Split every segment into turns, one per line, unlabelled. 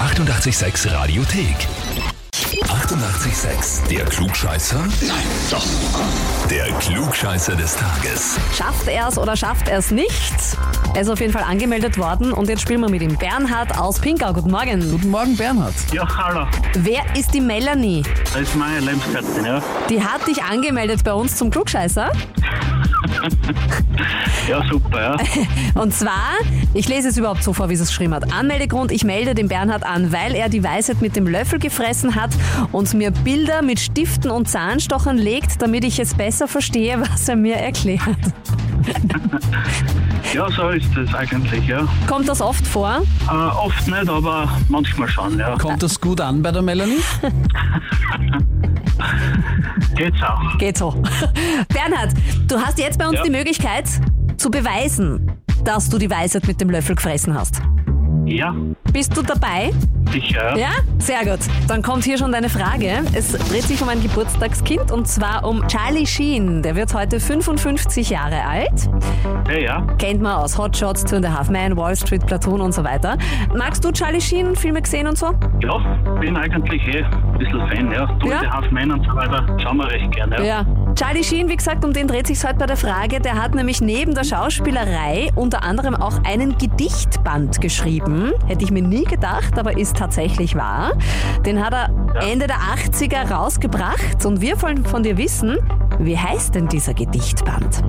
886 Radiothek. 88,6. Der Klugscheißer? Nein, doch. Der Klugscheißer des Tages.
Schafft er es oder schafft er es nicht? Er ist auf jeden Fall angemeldet worden und jetzt spielen wir mit ihm. Bernhard aus Pinkau, guten Morgen.
Guten Morgen, Bernhard.
Ja, hallo.
Wer ist die Melanie?
Das ist meine Lebensgattin, ja.
Die hat dich angemeldet bei uns zum Klugscheißer.
Ja, super, ja.
Und zwar, ich lese es überhaupt so vor, wie sie es geschrieben hat. Anmeldegrund, ich melde den Bernhard an, weil er die Weisheit mit dem Löffel gefressen hat und mir Bilder mit Stiften und Zahnstochern legt, damit ich es besser verstehe, was er mir erklärt.
Ja, so ist es eigentlich, ja.
Kommt das oft vor?
Äh, oft nicht, aber manchmal schon, ja.
Kommt das gut an bei der Melanie?
Geht's auch.
Geht so. Bernhard, du hast jetzt bei uns
Ja.
die Möglichkeit zu beweisen, dass du die Weisheit mit dem Löffel gefressen hast.
Ja, äh,
Bist du dabei?
sicher, ja.
Ja? Sehr gut. Dann kommt hier schon deine Frage. Es dreht sich um ein Geburtstagskind und zwar um Charlie Sheen. Der wird heute 55 Jahre alt.
Ja, ja.
Kennt man aus Hotshots, Two and a Half Men, Wall Street, Platoon und so weiter. Magst du Charlie Sheen Filme gesehen und so?
Ja, bin eigentlich eh ein bisschen Fan, ja. Du
Ja.
ja. Half Men und so weiter, schauen wir recht gerne, ja.
Ja. Charlie Sheen, wie gesagt, um den dreht sich heute bei der Frage. Der hat nämlich neben der Schauspielerei unter anderem auch einen Gedichtband geschrieben. Hätte ich mir nie gedacht, aber ist tatsächlich wahr. Den hat er Ende der 80er rausgebracht und wir wollen von dir wissen, wie heißt denn dieser Gedichtband?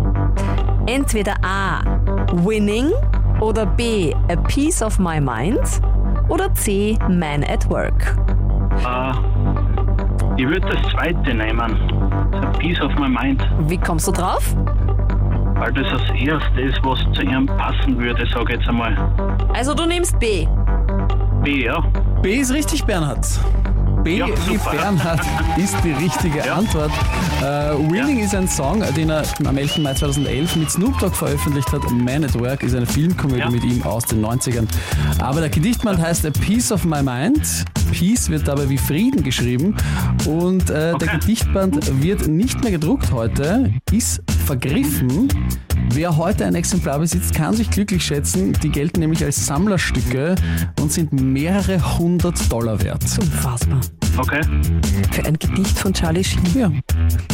Entweder A. Winning oder B. A Piece of My Mind oder C. Man at Work.
Äh, ich würde das zweite nehmen. A piece of my mind,
Wie kommst du drauf?
weil das das erste ist, was zu ihm passen würde, sage ich jetzt einmal.
Also du nimmst B.
B, ja.
B ist richtig, Bernhard. B
Ja,
wie
super.
Bernhard ist die richtige
Ja.
Antwort. Äh, Winning ist ein Song, den er am 11. Mai 2011 mit Snoop Dogg veröffentlicht hat. Man at Work ist eine Filmkomödie
Ja.
mit ihm aus den 90ern. Aber der Gedichtband heißt A Piece of My Mind. Peace wird dabei wie Frieden geschrieben. Und äh, der
Okay.
Gedichtband wird nicht mehr gedruckt heute, ist vergriffen. Wer heute ein Exemplar besitzt, kann sich glücklich schätzen. Die gelten nämlich als Sammlerstücke und sind mehrere hundert Dollar wert.
Unfassbar.
Okay.
Für ein Gedicht von Charlie Sheen.
Ja,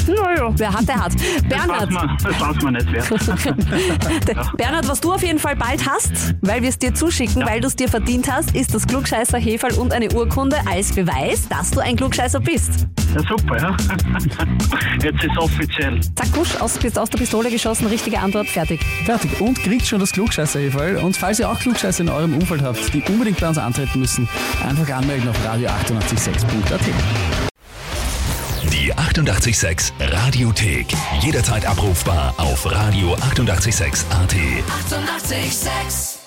Naja. Wer hat, der hat.
Das
Bernhard.
man, das weiß man nicht wert.
Der- Bernhard, was du auf jeden Fall bald hast, weil wir es dir zuschicken, weil du es dir verdient hast, ist das Klugscheißer Heferl und eine Urkunde als Beweis, dass du ein Klugscheißer bist.
Ja, super, ja. Jetzt ist offiziell.
Zack, kusch, aus, bist aus der Pistole geschossen, richtige Antwort, fertig.
fertig. Und kriegt schon das Klugscheißer-Heferl. Und falls ihr auch Klugscheißer in eurem Umfeld habt, die unbedingt bei uns antreten müssen, einfach anmelden auf radio886.at.
Die 88,6 Radiothek. Jederzeit abrufbar auf radio886.at. 88,6.
Eighty-eight, sex.